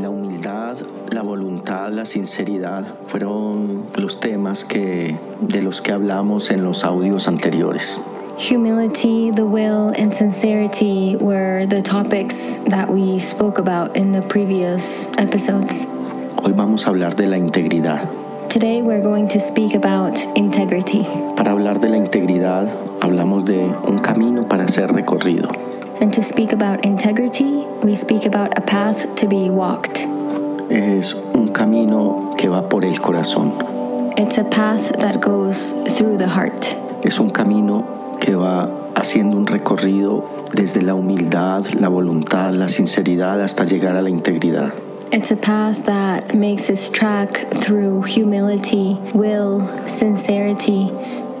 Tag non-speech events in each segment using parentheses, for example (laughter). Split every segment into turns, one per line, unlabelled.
La humildad, la voluntad, la sinceridad fueron los temas que, de los que hablamos en los audios anteriores.
Humility, the will, and sincerity were the topics that we spoke about in the previous episodes.
Hoy vamos a hablar de la integridad.
Today we're going to speak about integrity.
Para hablar de la integridad hablamos de un camino para ser recorrido.
And to speak about integrity, we speak about a path to be walked.
Es un camino que va por el corazón.
It's a path that goes through the heart.
Es un camino que va haciendo un recorrido desde la humildad, la voluntad, la sinceridad hasta llegar a la integridad.
It's a path that makes its track through humility, will, sincerity,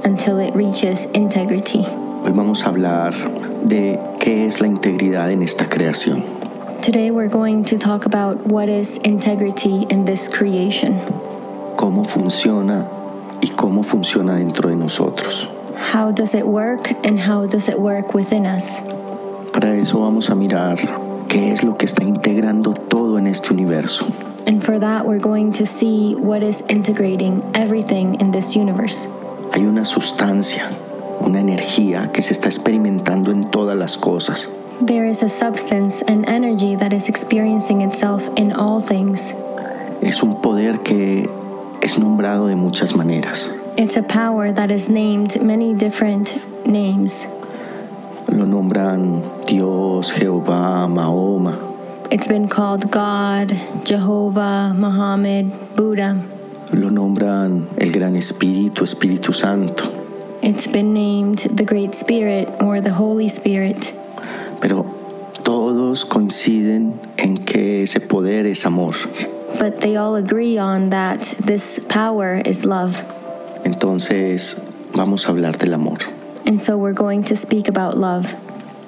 until it reaches integrity.
Hoy vamos a hablar de qué es la integridad en esta creación.
Today we're going to talk about what is integrity in this creation,
Cómo funciona y cómo funciona dentro de nosotros.
how does it work, and how does it work within us.
Para eso vamos a mirar qué es lo que está integrando todo en este universo.
And for that, we're going to see what is integrating everything in this universe.
Hay una sustancia, una energía que se está experimentando en todas las cosas.
There is a substance and energy that is experiencing itself in all things.
Es un poder que es nombrado de muchas maneras.
It's a power that is named many different names.
Lo nombran Dios, Jehová, Mahoma.
It's been called God, Jehovah, Muhammad, Buddha.
Lo nombran el Gran Espíritu, Espíritu Santo.
It's been named the Great Spirit or the Holy Spirit.
Pero todos coinciden en que ese poder es amor.
But they all agree on that this power is love.
Entonces vamos a hablar del amor
And so we're going to speak about love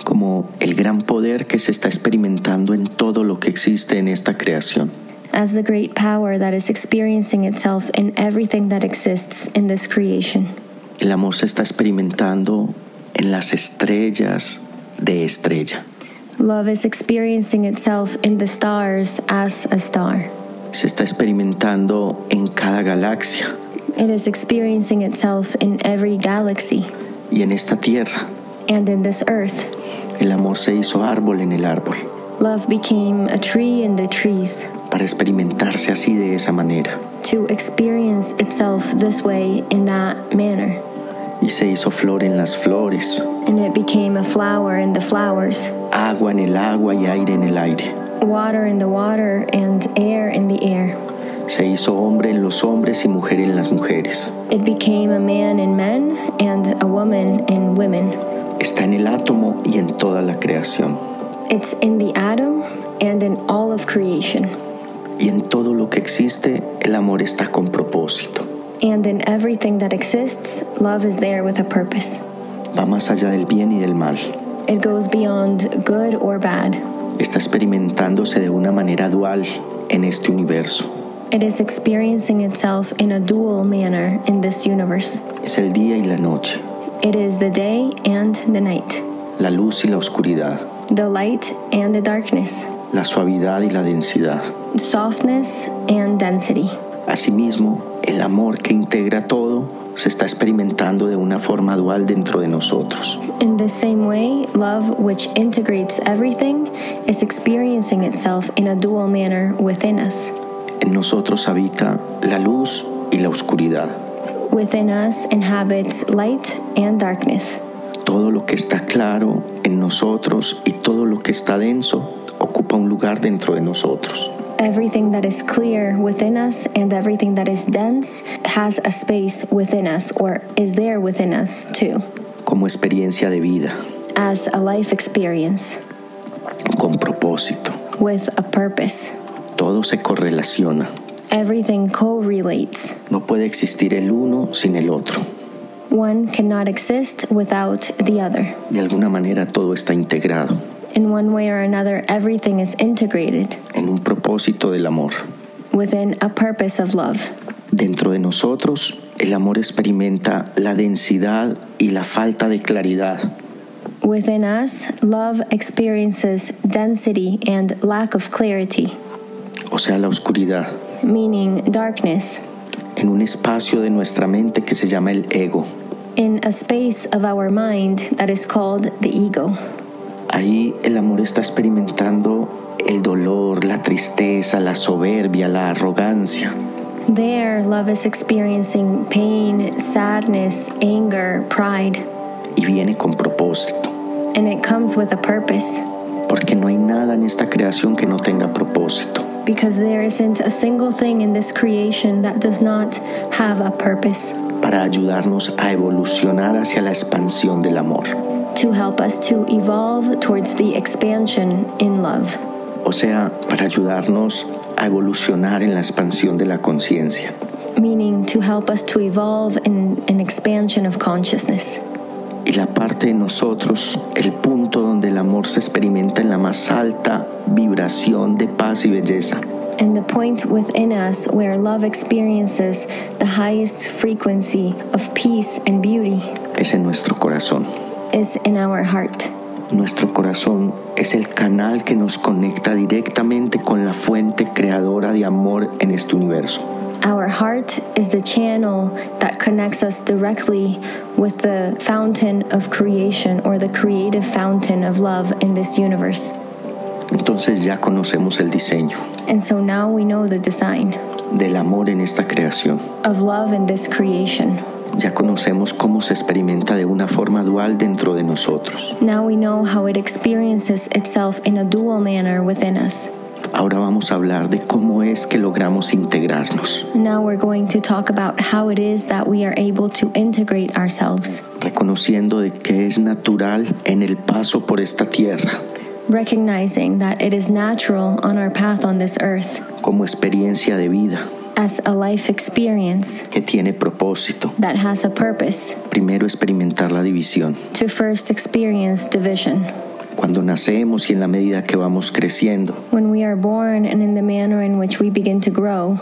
como el gran poder que se está experimentando en todo lo que existe en esta creación.
as the great power that is experiencing itself in everything that exists in this creation.
El amor se está experimentando en las estrellas de estrella.
Love is experiencing itself in the stars as a star.
Se está experimentando en cada galaxia
It is experiencing itself in every galaxy
y en esta tierra.
and in this earth.
El amor se hizo árbol en el árbol
Love became a tree in the trees
para experimentarse así de esa manera.
to experience itself this way in that manner.
Y se hizo flor en las flores,
And it became a flower in the flowers,
agua en el agua y aire en el aire.
water in the water, and air in the air.
Se hizo hombre en los hombres y mujer en las mujeres.
It became a man in men and a woman in women.
Está en el átomo y en toda la creación.
It's in the atom and in all of creation.
Y en todo lo que existe, el amor está con propósito.
And in everything that exists, love is there with a purpose.
Va más allá del bien y del mal.
It goes beyond good or bad.
Está experimentándose de una manera dual en este universo.
It is experiencing itself in a dual manner in this universe.
Es el día y la noche,
It is the day and the night,
la luz y la oscuridad,
the light and the darkness,
la suavidad y la densidad.
softness and density.
Asimismo, el amor que integra todo se está experimentando de una forma dual dentro de nosotros.
In the same way, love, which integrates everything, is experiencing itself in a dual manner within us.
En nosotros habita la luz y la oscuridad.
Within us inhabits light and darkness.
Todo lo que está claro en nosotros y todo lo que está denso ocupa un lugar dentro de nosotros.
Everything that is clear within us and everything that is dense has a space within us or is there within us too,
como experiencia de vida,
as a life experience
con propósito.
with a purpose.
Todo se correlaciona.
Everything correlates.
No puede existir el uno sin el otro.
One cannot exist without the other.
De alguna manera todo está integrado
In one way or another, everything is integrated
en un propósito del amor.
within a purpose of love.
Dentro de nosotros, el amor experimenta la densidad y la falta de claridad.
Within us, love experiences density and lack of clarity.
o sea, la oscuridad,
meaning darkness,
en un espacio de nuestra mente que se llama el ego.
in a space of our mind that is called the ego.
Ahí el amor está experimentando el dolor, la tristeza, la soberbia, la arrogancia.
There, love is experiencing pain, sadness, anger, pride,
y viene con propósito,
and it comes with a purpose
porque no hay nada en esta creación que no tenga propósito.
because there isn't a single thing in this creation that does not have a purpose
para ayudarnos a evolucionar hacia la expansión del amor.
to help us to evolve towards the expansion in love.
O sea, para ayudarnos a evolucionar en la expansión de la conciencia.
Meaning, to help us to evolve in an expansion of consciousness.
Y la parte de nosotros, el punto donde el amor se experimenta en la más alta vibración de paz y belleza,
And the point within us where love experiences the highest frequency of peace and beauty
es en nuestro corazón.
is in our heart.
Nuestro corazón es el canal que nos conecta directamente con la fuente creadora de amor en este universo.
Our heart is the channel that connects us directly with the fountain of creation or the creative fountain of love in this universe.
Entonces ya conocemos el diseño
And so now we know the design
del amor en esta creación.
of love in this creation.
Ya conocemos cómo se experimenta de una forma dual dentro de nosotros.
Now we know how it experiences itself in a dual manner within us.
Ahora vamos a hablar de cómo es que logramos integrarnos.
Now we're going to talk about how it is that we are able to integrate ourselves,
reconociendo de que es natural en el paso por esta tierra,
recognizing that it is natural on our path on this earth
como experiencia de vida
as a life experience
que tiene propósito.
that has a purpose
Primero experimentar la división.
to first experience division.
Cuando nacemos y en la medida que vamos creciendo,
When we are born and in the manner in which we begin to grow,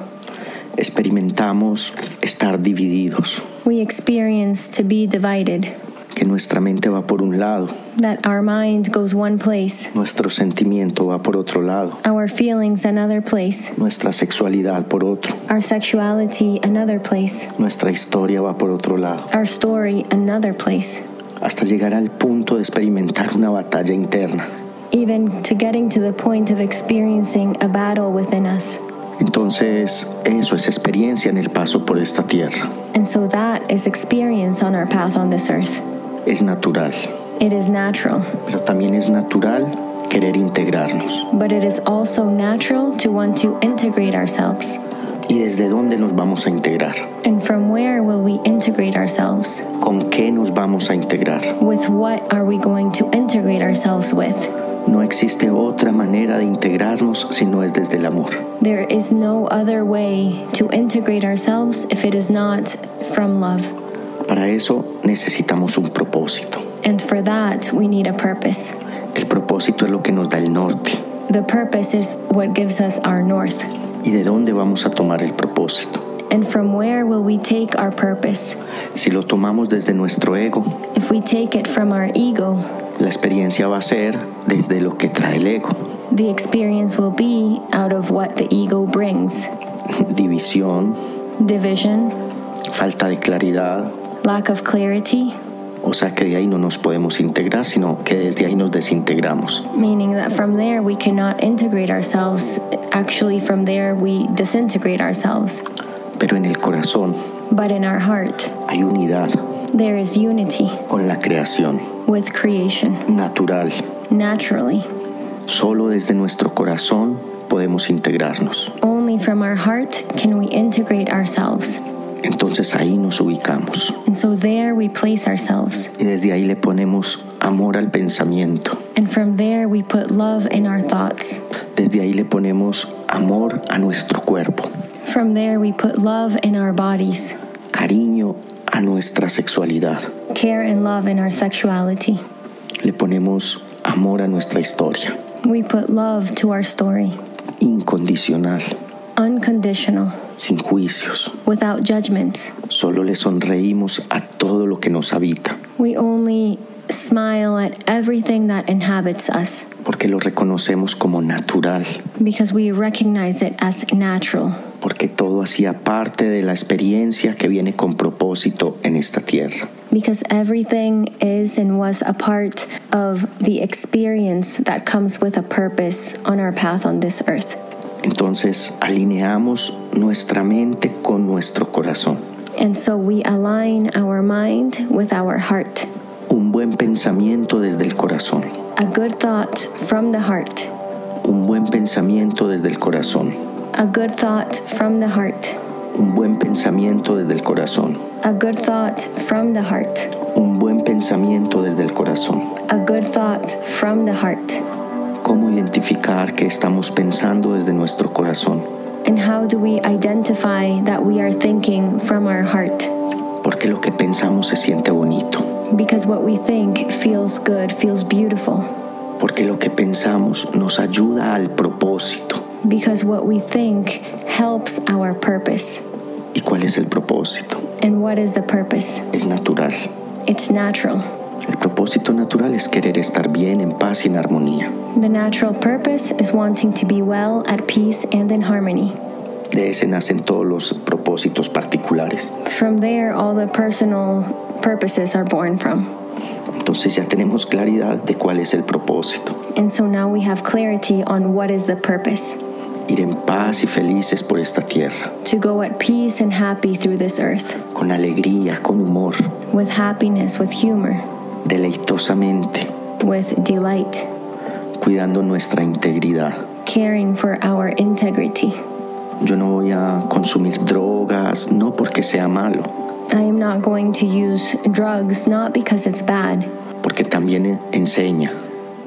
experimentamos estar divididos,
we experience to be divided,
que nuestra mente va por un lado,
that our mind goes one place,
nuestro sentimiento va por otro lado,
our feelings another place,
nuestra sexualidad por otro,
our sexuality another place,
nuestra historia va por otro lado,
our story another place.
hasta llegar al punto de experimentar una batalla interna.
even to getting to the point of experiencing a battle within us.
Entonces, eso es experiencia en el paso por esta tierra.
And so that is experience on our path on this earth.
Es natural,
It is natural,
pero también es natural querer integrarnos.
but it is also natural to want to integrate ourselves.
¿Y desde dónde nos vamos a integrar?
And from where will we integrate ourselves?
¿Con qué nos vamos a integrar?
With what are we going to integrate ourselves with?
No existe otra manera de integrarnos si no es desde el amor.
There is no other way to integrate ourselves if it is not from love.
Para eso necesitamos un propósito.
And for that, we need a purpose.
El propósito es lo que nos da el norte.
The purpose is what gives us our north.
¿Y de dónde vamos a tomar el propósito?
And from where will we take our purpose?
Si lo tomamos desde nuestro ego,
If we take it from our ego,
la experiencia va a ser desde lo que trae el ego. (laughs)
the experience will be out of what the ego brings
División,
division,
falta de claridad,
lack of clarity,
o sea que de ahí no nos podemos integrar, sino que desde ahí nos desintegramos.
meaning that from there we cannot integrate ourselves. Actually, from there we disintegrate ourselves.
Pero en el corazón
But in our heart,
hay unidad
there is unity
con la creación,
with creation,
natural.
naturally.
Solo desde nuestro corazón podemos integrarnos.
Only from our heart can we integrate ourselves.
Entonces ahí nos ubicamos.
And so there we place ourselves.
Y desde ahí le ponemos amor al pensamiento.
And from there, we put love in our thoughts.
Desde ahí le ponemos amor a nuestro cuerpo,
From there, we put love in our bodies,
cariño a nuestra sexualidad.
care and love in our sexuality.
Le ponemos amor a nuestra historia,
We put love to our story,
incondicional,
unconditional,
sin juicios.
without judgment.
Solo le sonreímos a todo lo que nos habita.
We only smile at everything that inhabits us
porque lo reconocemos como natural,
because we recognize it as natural,
porque todo hacía parte de la experiencia que viene con propósito en esta tierra.
because everything is and was a part of the experience that comes with a purpose on our path on this earth.
Entonces alineamos nuestra mente con nuestro corazón.
And so we align our mind with our heart.
Un buen pensamiento desde el corazón.
A good thought from the heart.
Un buen pensamiento desde el corazón.
A good thought from the heart.
Un buen pensamiento desde el corazón.
A good thought from the heart.
Un buen pensamiento desde el corazón.
A good thought from the heart.
¿Cómo identificar que estamos pensando desde nuestro corazón?
And how do we identify that we are thinking from our heart?
Porque lo que pensamos se siente bonito.
Because what we think feels good, feels beautiful.
Porque lo que pensamos nos ayuda al propósito.
Because what we think helps our purpose.
¿Y cuál es el propósito?
And what is the purpose?
Es natural.
It's natural.
El propósito natural es querer estar bien, en paz y en armonía.
The natural purpose is wanting to be well, at peace, and in harmony.
De ese nacen todos los propósitos particulares.
From there, all the personal purposes are born from.
Entonces ya tenemos claridad de cuál es el propósito.
And so now we have clarity on what is the purpose
Ir en paz y felices por esta tierra,
to go at peace and happy through this earth,
con alegría, con humor,
with happiness, with humor,
deleitosamente,
with delight,
cuidando nuestra integridad.
caring for our integrity.
Yo no voy a consumir drogas, no porque sea malo,
I am not going to use drugs, not because it's bad,
porque también enseña,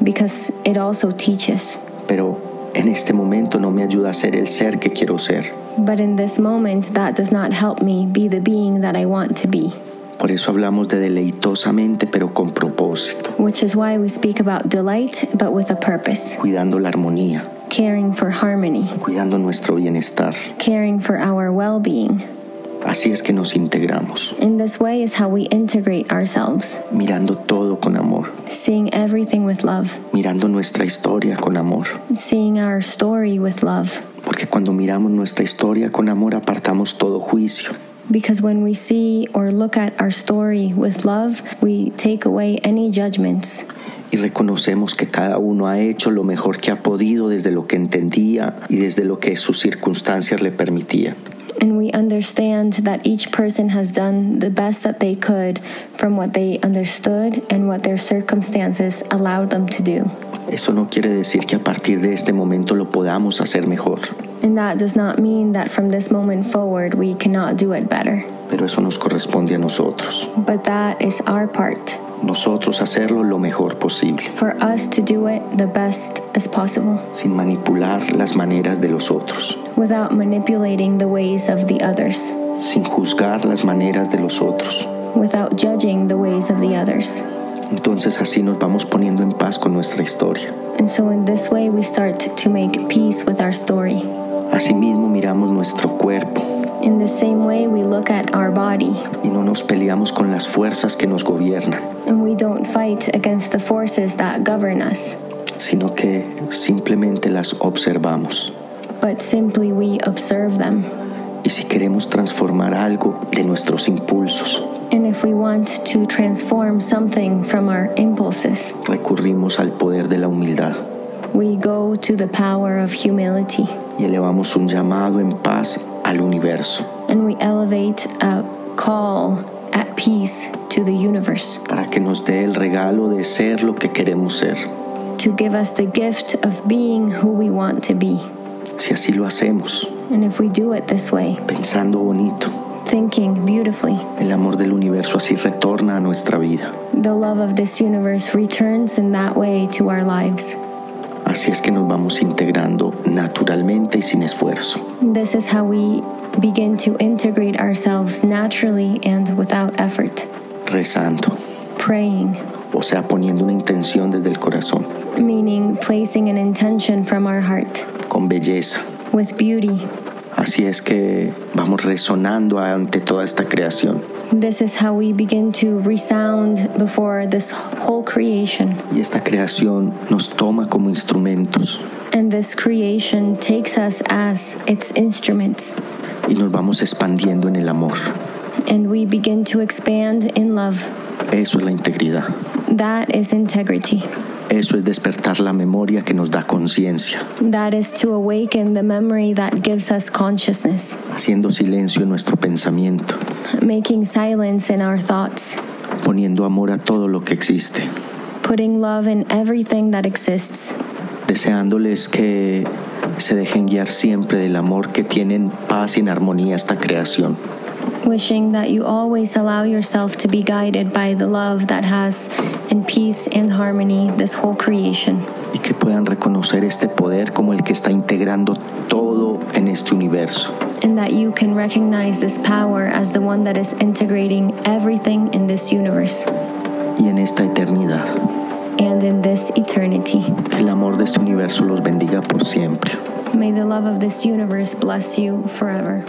because it also teaches.
pero en este momento no me ayuda a ser el ser que quiero ser.
But in this moment, that does not help me be the being that I want to be,
Por eso hablamos de deleitosamente, pero con propósito,
which is why we speak about delight, but with a purpose.
cuidando la armonía,
caring for harmony,
cuidando nuestro bienestar.
caring for our well being.
Así es que nos integramos,
In this way is how we integrate ourselves,
mirando todo con amor,
seeing everything with love,
mirando nuestra historia con amor.
seeing our story with love.
Porque cuando miramos nuestra historia con amor apartamos todo juicio,
Because when we see or look at our story with love, we take away any judgments
y reconocemos que cada uno ha hecho lo mejor que ha podido desde lo que entendía y desde lo que sus circunstancias le permitían.
and we understand that each person has done the best that they could from what they understood and what their circumstances allowed them to do.
Eso no quiere decir que a partir de este momento lo podamos hacer mejor,
And that does not mean that from this moment forward we cannot do it better.
pero eso nos corresponde a nosotros.
But that is our part
Nosotros hacerlo lo mejor posible,
for us to do it the best as possible
sin manipular las maneras de los otros,
without manipulating the ways of the others,
sin juzgar las maneras de los otros.
without judging the ways of the others.
Entonces así nos vamos poniendo en paz con nuestra historia.
And so, in this way, we start to make peace with our story.
Asimismo miramos nuestro cuerpo
In the same way, we look at our body
y no nos peleamos con las fuerzas que nos gobiernan,
and we don't fight against the forces that govern us,
sino que simplemente las observamos.
but simply we observe them.
Y si queremos transformar algo de nuestros impulsos,
And if we want to transform something from our impulses,
recurrimos al poder de la humildad
we go to the power of humility.
y elevamos un llamado en paz al universo
and we elevate a call at peace to the universe
para que nos dé el regalo de ser lo que queremos ser.
to give us the gift of being who we want to be.
Si así lo hacemos,
And if we do it this way,
pensando bonito,
thinking beautifully,
el amor del universo así retorna a nuestra vida.
the love of this universe returns in that way to our lives.
Así es que nos vamos integrando naturalmente y sin esfuerzo.
This is how we begin to integrate ourselves naturally and without effort,
rezando,
praying,
o sea, poniendo una intención desde el corazón,
meaning placing an intention from our heart
con belleza,
with beauty,
Así es que vamos resonando ante toda esta creación.
This is how we begin to resound before this whole creation.
Y esta creación nos toma como instrumentos
And this creation takes us as its instruments.
y nos vamos expandiendo en el amor.
And we begin to expand in love.
Eso es la integridad.
That is integrity.
Eso es despertar la memoria que nos da conciencia,
That is to awaken the memory that gives us consciousness,
haciendo silencio en nuestro pensamiento,
making silence in our thoughts,
poniendo amor a todo lo que existe,
putting love in everything that exists,
deseándoles que se dejen guiar siempre del amor que tiene en paz y en armonía esta creación.
wishing that you always allow yourself to be guided by the love that has in peace and harmony this whole creation.
y que puedan reconocer este poder como el que está integrando todo en este universo.
and that you can recognize this power as the one that is integrating everything in this universe
Y en esta eternidad,
and in this eternity.
el amor de este universo los bendiga por siempre.
May the love of this universe bless you forever.